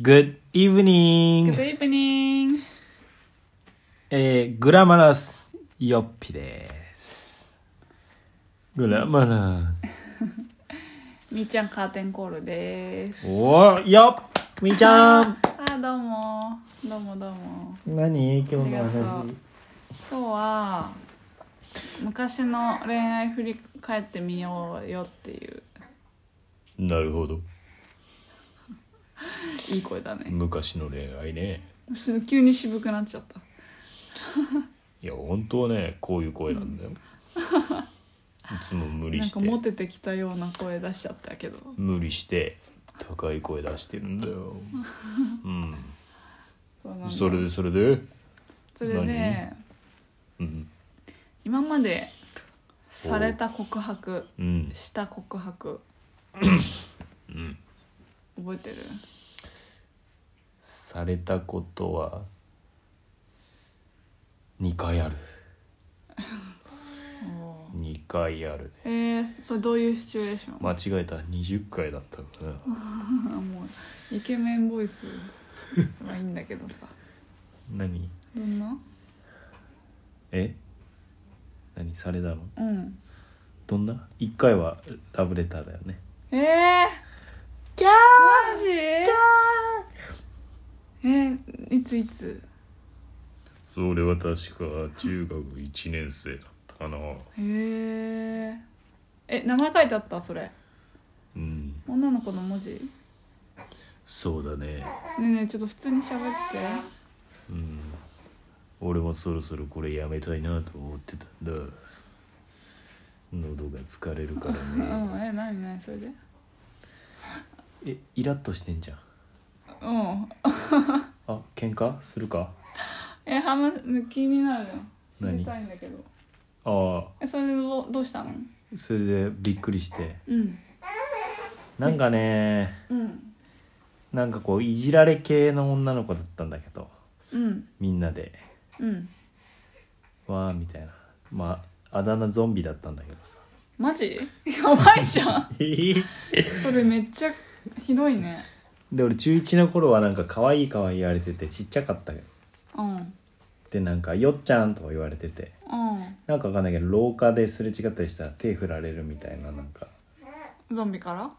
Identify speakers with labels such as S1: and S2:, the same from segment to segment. S1: Good evening!
S2: Good evening!
S1: えー、グラマラスよっぴです。グラマラス。
S2: みーちゃんカーテンコールです。
S1: おー、よっみーちゃん
S2: あ、どうも。どうもどうも。
S1: 何今
S2: 日の話今日は、昔の恋愛振り返ってみようよっていう、
S1: なるほど。
S2: いい声だね。
S1: 昔の恋愛ね。
S2: す急に渋くなっちゃった。
S1: いや、本当はね、こういう声なんだよ。いつも無理
S2: なん
S1: し
S2: か
S1: て、
S2: モテてきたような声出しちゃったけど。
S1: 無理して、高い声出してるんだよ。 うん。
S2: そうなんだ
S1: それで、それで、
S2: それで、
S1: うん。
S2: 今までされた告白、
S1: うん。
S2: した告白、覚えてる
S1: されたことは2回ある
S2: おー
S1: 2回あるね
S2: えー、それどういうシチュエーション、
S1: 間違えた20回だったか
S2: もうイケメンボイスはいいんだけどさ
S1: な何
S2: どんな
S1: え何されたの
S2: うん
S1: どんな1回はラブレターだよね
S2: えー、
S1: キャー
S2: マジえー、いついつ
S1: それは確か中学1年生だったかな
S2: えー、え名前書いてあったそれ
S1: うん
S2: 女の子の文字ね
S1: そうだね
S2: えねえちょっと普通に喋って
S1: うん俺もそろそろこれやめたいなと思ってたんだ喉が疲れるから
S2: うん
S1: ね
S2: え何何それで
S1: えイラッとしてんじゃん
S2: うん
S1: あ喧嘩するか
S2: えはむ気になるよ知
S1: 何
S2: りたいんだけど
S1: ああ
S2: えそれでどうどうしたの
S1: それでびっくりして
S2: うん
S1: なんかね
S2: うん
S1: なんかこういじられ系の女の子だったんだけど
S2: うん
S1: みんなで
S2: うん
S1: わーみたいなまああだ名ゾンビだったんだけどさ
S2: マジやばいじ ゃんそれめっちゃひどいね
S1: で俺中1の頃はなんか可愛い可愛い言われててちっちゃかったけど
S2: うんうん
S1: でなんか「よっちゃん」とか言われててなんかわかんないけど廊下ですれ違ったりしたら手振られるみたいななんか
S2: ゾンビから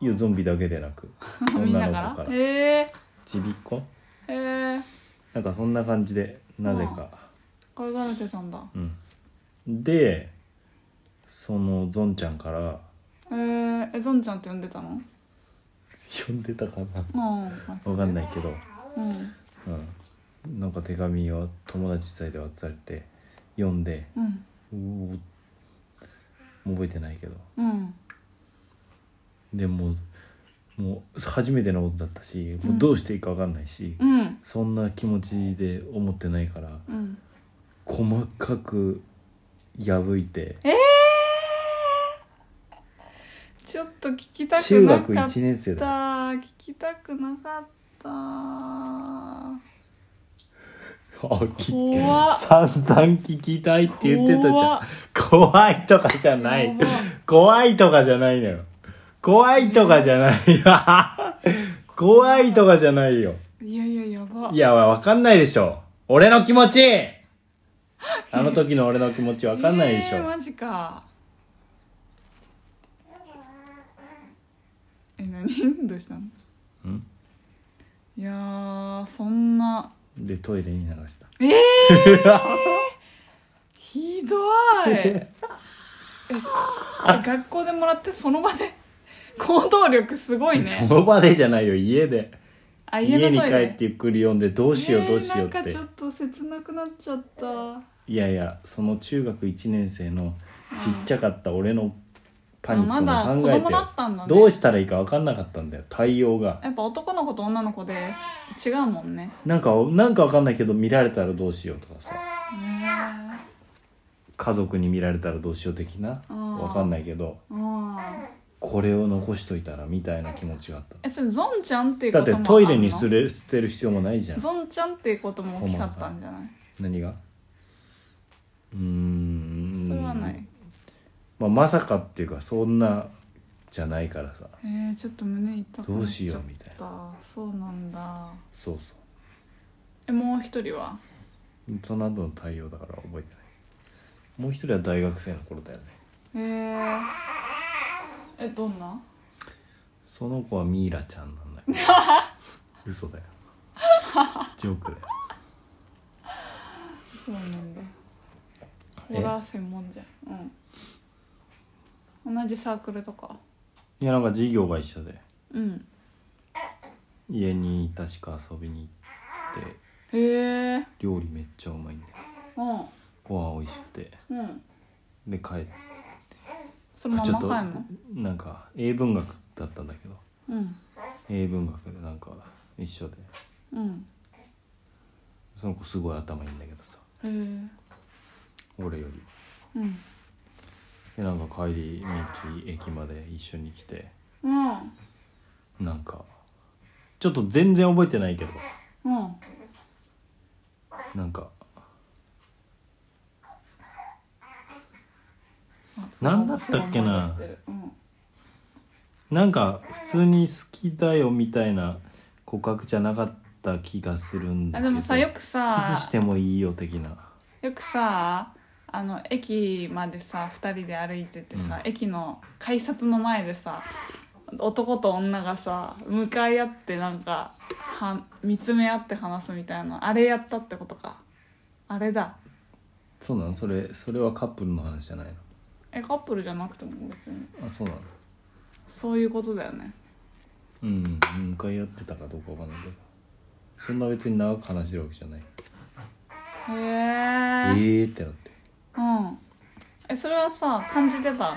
S1: いやゾンビだけでなく
S2: みん
S1: 女
S2: な
S1: の
S2: から
S1: 子から
S2: へえ
S1: ちびっこ
S2: へえ
S1: なんかそんな感じでなぜか、
S2: 可愛がられてたんだ
S1: うん、でそのゾンちゃんから
S2: へーえゾンちゃんって呼んでたの
S1: 呼んでたかな
S2: うん
S1: わかん
S2: ない
S1: ないけど、
S2: うん
S1: うん、なんか手紙を友達伝いで渡されて読んで
S2: うん
S1: うおもう覚えてないけど
S2: うん
S1: でもうもう初めてのことだったしもうどうしていいかわかんないし、
S2: うん
S1: そんな気持ちで思ってないから
S2: うん
S1: 細かく破いて
S2: ええちょっと聞きたく
S1: 中
S2: な
S1: 学
S2: かっ
S1: 1年生
S2: た
S1: だよ
S2: 聞きたくなかった
S1: あき
S2: 怖っ
S1: 散々聞きたいって言ってたじゃん
S2: 怖っ
S1: 怖いとかじゃない
S2: やば
S1: 怖いとかじゃないのよ怖いとかじゃないよ 怖いとかじゃないよ
S2: いやいややば
S1: いやわかんないでしょ俺の気持ちあの時の俺の気持ちわかんないでしょ、
S2: えー、マジかえ何 どうしたの
S1: うん
S2: いやーそんな
S1: でトイレに流した
S2: えー、ひどいえそえ学校でもらってその場で 行動力すごい ね
S1: その場でじゃないよ家で
S2: あ
S1: 家
S2: の
S1: に
S2: トイ
S1: 帰
S2: レ
S1: ってゆっくり読んでどうしようどうしよう
S2: えー、な
S1: っ
S2: んか
S1: て、
S2: ちょっと切なくなっちゃった
S1: いやいやその中学1年生のちっちゃかった俺のパニッ
S2: あまだ
S1: クも
S2: 子
S1: 考え
S2: 供
S1: て
S2: だったんだね
S1: どうしたらいいかわかんなかったんだよ対応が
S2: やっぱ男の子と女の子で違うもんね
S1: なんかなんかわかんないけど見られたらどうしようとかさ家族に見られたらどうしよう的な
S2: あー
S1: わかんないけど
S2: うん
S1: これを残しといたらみたいな気持ちがあった
S2: えそれゾンちゃんっていう
S1: だ
S2: こ
S1: って
S2: ともあんの
S1: トイレにすれ捨てる必要もないじゃん
S2: ゾンちゃんっていうことも大きかったんじゃない
S1: 何がうーん
S2: それはない
S1: まあ、まさかっていうかそんなじゃないからさ
S2: えー、ちょっと胸痛く
S1: ど
S2: な
S1: う
S2: っ
S1: し
S2: ちゃ
S1: よ
S2: っ
S1: うみたいな
S2: たそうなんだ
S1: そうそ
S2: えもう一人は
S1: うその後の対応だから覚えてないもう一人は大学生の頃だよね
S2: えー、えどんな
S1: その子はミイラちゃんなんだよ 嘘だよジョークだよ
S2: そうなんだ
S1: え
S2: ホラー専門じゃんうん同じサークルとか
S1: いやなんか授業が一緒で
S2: うん
S1: 家に確か遊びに行って
S2: へえ
S1: 料理めっちゃうまいんだよ
S2: うん
S1: ご飯美味しくて
S2: うん
S1: で帰っ
S2: そのま
S1: ちょ
S2: ま
S1: っ
S2: 帰
S1: と
S2: んの
S1: なんか英文学だったんだけど
S2: うん
S1: 英文学でなんか一緒で
S2: うん
S1: その子すごい頭いいんだけどさ
S2: へえ
S1: 俺より
S2: うん
S1: でなんか帰り道駅まで一緒に来て
S2: うん
S1: なんかちょっと全然覚えてないけど
S2: うん
S1: なんか何
S2: 何
S1: だったっけな
S2: うん
S1: なんか普通に好きだよみたいな告白じゃなかった気がするんだ
S2: あ
S1: けど
S2: でもさよく
S1: キ
S2: さ
S1: スしてもいいよ的な
S2: よくさあの駅までさ2人で歩いててさ、駅の改札の前でさ男と女がさ向かい合ってなんかは見つめ合って話すみたいなあれやったってことかあれだ
S1: そうなのそれそれはカップルの話じゃないの
S2: えカップルじゃなくても別に
S1: あそうなの
S2: そういうことだよね
S1: うん向かい合ってたかどうかわかんないけどそんな別に長く話してるわけじゃない
S2: へ
S1: え
S2: え
S1: ーってなって
S2: うんえそれはさ感じてた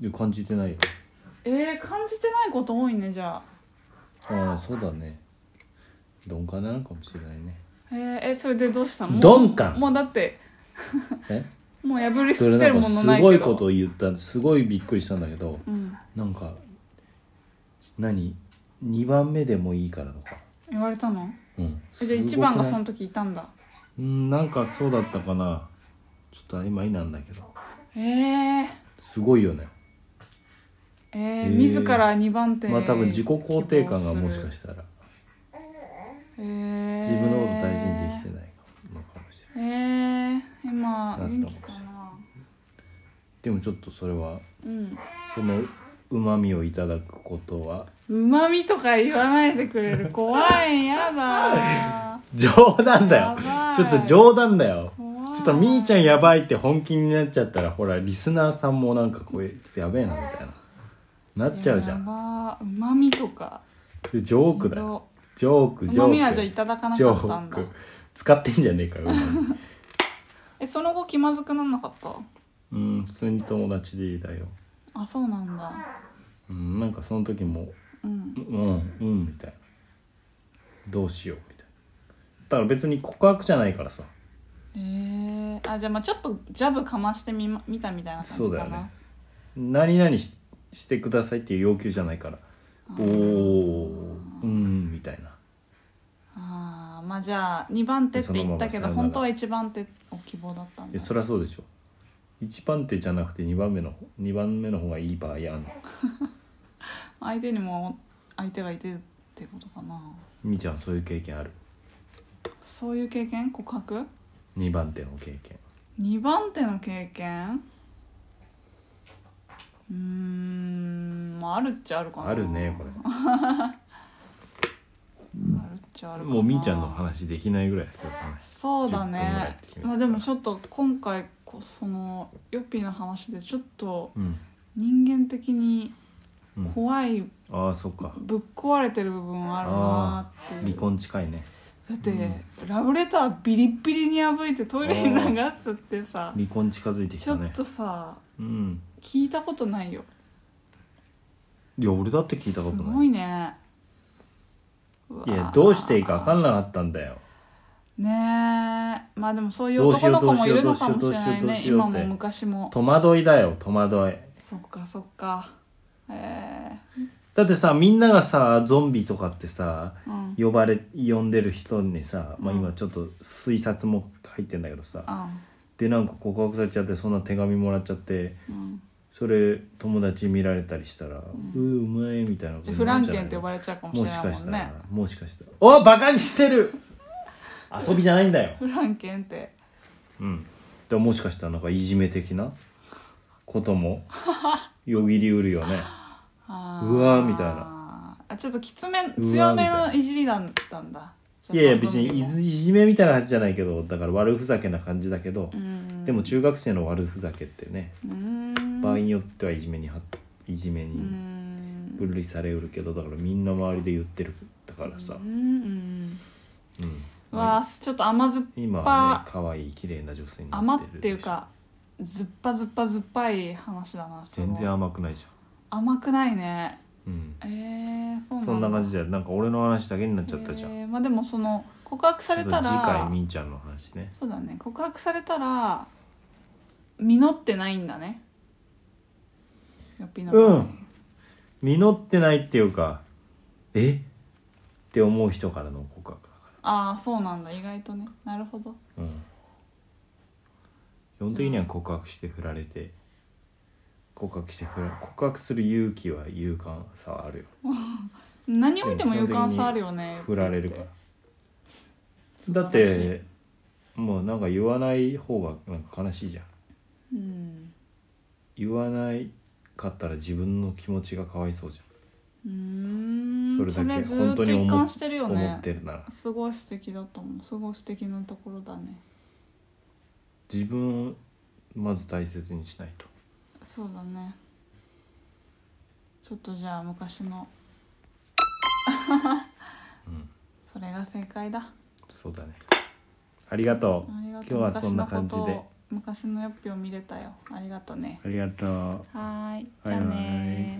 S1: いや感じてないよ
S2: えー、感じてないこと多いねじゃあ
S1: ああそうだね鈍感なのかもしれないね
S2: えー、えそれでどうしたの
S1: 鈍感
S2: もうだって
S1: え
S2: もう破り捨
S1: それ
S2: て
S1: なん
S2: る
S1: か
S2: もの
S1: す
S2: ないけど
S1: ごいことを言ったすごいびっくりしたんだけど
S2: うん、
S1: なんか何2番目でもいいからとか
S2: 言われたの
S1: うん
S2: えじゃあ1番が
S1: す
S2: そ
S1: ごく
S2: の時いたんだ
S1: ないうんなんかそうだったかなちょっと曖昧なんだけど
S2: えー、
S1: すごいよね
S2: え
S1: え
S2: ー、
S1: ー
S2: 自ら2番手
S1: まあ多分自己肯定感がもしか
S2: て、
S1: したら
S2: えー、
S1: 自分のこと大事にできてないのかもしれない
S2: えー、今
S1: なった
S2: 元気か
S1: かもしれ
S2: な
S1: でもちょっとそれは
S2: うん
S1: そのうまみをいただくことは
S2: うまみとか言わないでくれる怖いやだ
S1: 冗談だよ
S2: やばい
S1: ちょっと冗談だよ
S2: 怖い
S1: ちょっとみーちゃんやばいって本気になっちゃったらほらリスナーさんもなんかこいつやべえなみたいななっちゃうじゃ
S2: や
S1: ん
S2: ばうまみとか
S1: でジョークだよ
S2: う
S1: ジョークジョ
S2: まみは
S1: ー
S2: じゃあい
S1: ク
S2: ただかな
S1: ジ
S2: か
S1: ョ
S2: った
S1: ー
S2: んだ
S1: ク使ってんじゃねえかようまみ
S2: えその後気まずくなんなかった
S1: うん普通に友達でいいだよ
S2: あそうなんだ
S1: うんなんかその時も
S2: うん
S1: うんうんみたいなどうしようみたいなだから別に告白じゃないからさ
S2: えー、あじゃあまあちょっとジャブかましてみま見たみたいな感じかな
S1: そうだよね何々ししてくださいっていう要求じゃないからおおうんみたいな
S2: あーまあじゃあ2番手って言ったけ
S1: その
S2: ど
S1: まま
S2: 本当は1番手を希望だったん
S1: え
S2: だ
S1: そりゃそうでしょ1番手じゃなくて2番目の2番目の方がいい場合あんの
S2: 相手にも相手がいてってことかな
S1: みーちゃんそういう経験ある
S2: そういう経験告白
S1: 2番手の経験
S2: 2番手の経験うーんまああるっちゃあるかな
S1: あるねこれ
S2: あるっちゃあるかな
S1: もうみーちゃんの話できないぐらいだけど話
S2: そうだ
S1: 10分ぐらいっ
S2: ね
S1: て決めてた
S2: まあでもちょっと今回こそのヨッピーの話でちょっと
S1: うん、
S2: 人間的に
S1: うん、
S2: 怖い
S1: ああそっか
S2: ぶっ壊れてる部分はあるなーっていう
S1: 離婚近いね
S2: だって、
S1: うん
S2: ラブレタービリッビリに破いてトイレに
S1: あ
S2: 流
S1: ー
S2: すってさ
S1: 離婚近づいてき
S2: ちょ
S1: た
S2: っ
S1: ね
S2: とさ
S1: うん
S2: 聞いたことないよ
S1: いや俺だって聞いたこと
S2: す
S1: ない
S2: ごいねわ
S1: い
S2: ー
S1: やどうしていいか分かんなかったんだよ
S2: ねえまあでもそういう
S1: どうしようどう
S2: 男の子も
S1: し
S2: い
S1: よ
S2: る
S1: うど
S2: の
S1: うし
S2: か
S1: よう
S2: も
S1: ど
S2: し
S1: うしようど
S2: れない
S1: う
S2: ね
S1: しよう
S2: 今
S1: って
S2: も昔も
S1: 戸惑いだよ戸惑い
S2: そっかそっかえ
S1: だってさみんながさゾンビとかってさ
S2: ー、うん
S1: 呼ばれ呼んでる人にさ、まあ、
S2: うん
S1: 今ちょっと推察も入ってんだけどさ、
S2: あ
S1: でなんか告白されちゃってそんな手紙もらっちゃって
S2: うん
S1: それ友達見られたりしたら「うううまい」みたいなこと
S2: じゃあ
S1: に
S2: フ
S1: な
S2: ラ
S1: るん
S2: ン
S1: じゃ
S2: ケ
S1: ない
S2: ンって呼ばれちゃうかも
S1: も
S2: し
S1: し
S2: れな
S1: か
S2: い
S1: し
S2: も
S1: た
S2: んね
S1: らもしかしたらおバカにしてる遊びじゃないんだよ
S2: フランケンって
S1: うんでももしかしたらなんかいじめ的なこと もよぎりうるよね
S2: あ
S1: うわーみたい
S2: なあちょっときつめ
S1: みたいな
S2: 強めのいじりだったんだ
S1: いやいや別にい
S2: ず
S1: ずいじめみたいな感じじゃないけどだから悪ふざけな感じだけど
S2: う、ん
S1: でも中学生の悪ふざけってね、
S2: うーん
S1: 場合によってはいじめにはいじめ
S2: うー
S1: に
S2: ん
S1: 分類されうるけどだからみんな周りで言ってるだからさ
S2: う、ん
S1: うん
S2: うんわあちょっと甘酸っ
S1: 今は
S2: ぱ
S1: ね可愛い綺麗な女性にな
S2: 甘
S1: っ
S2: って
S1: る
S2: ていうかずっぱずっぱずっぱい話だなすごい
S1: 全然甘くないじ
S2: 甘くないね
S1: ゃん、うん、
S2: えー、そう
S1: そん
S2: だ
S1: な感じでなんか俺の話だけになっちゃったじゃん、
S2: えーまあでもその告白され
S1: ち
S2: た
S1: ょっ
S2: ら
S1: と次回みーちゃんの話ね
S2: そうだね告白されたら実ってないんだねよっぴーの
S1: うん実ってないっていうかえって思う人からの告白だか
S2: ああそうなんだ意外とねなるほど
S1: らうん基本的には告白して振られて告白して振ら告白する勇気は勇敢さはあるよ
S2: 何を見ても
S1: でも基
S2: 勇
S1: 本的に
S2: 敢さあるよね
S1: 振られるからだっ
S2: 素晴らして
S1: もうなんか言わない方がなんか悲しいじゃん
S2: うん
S1: 言わないかったら自分の気持ちがかわいそうじ
S2: うーん
S1: それだけ
S2: それずっ
S1: 本当
S2: と一
S1: に思っ
S2: 貫してる
S1: ゃ
S2: よ
S1: ん、思
S2: ね
S1: ってるなら
S2: すごい素敵だと思うすごい素敵なところだね
S1: 自分をまず大切にしないと
S2: そうだねちょっとじゃあ昔の それが正解だ
S1: そうだねありがとう
S2: ありがとう
S1: 今日はそんな感じで
S2: 昔のことを昔のよっぴを見れたよありがとうね
S1: ありがとう
S2: はーいじ
S1: はいは
S2: ゃあ
S1: い
S2: ねー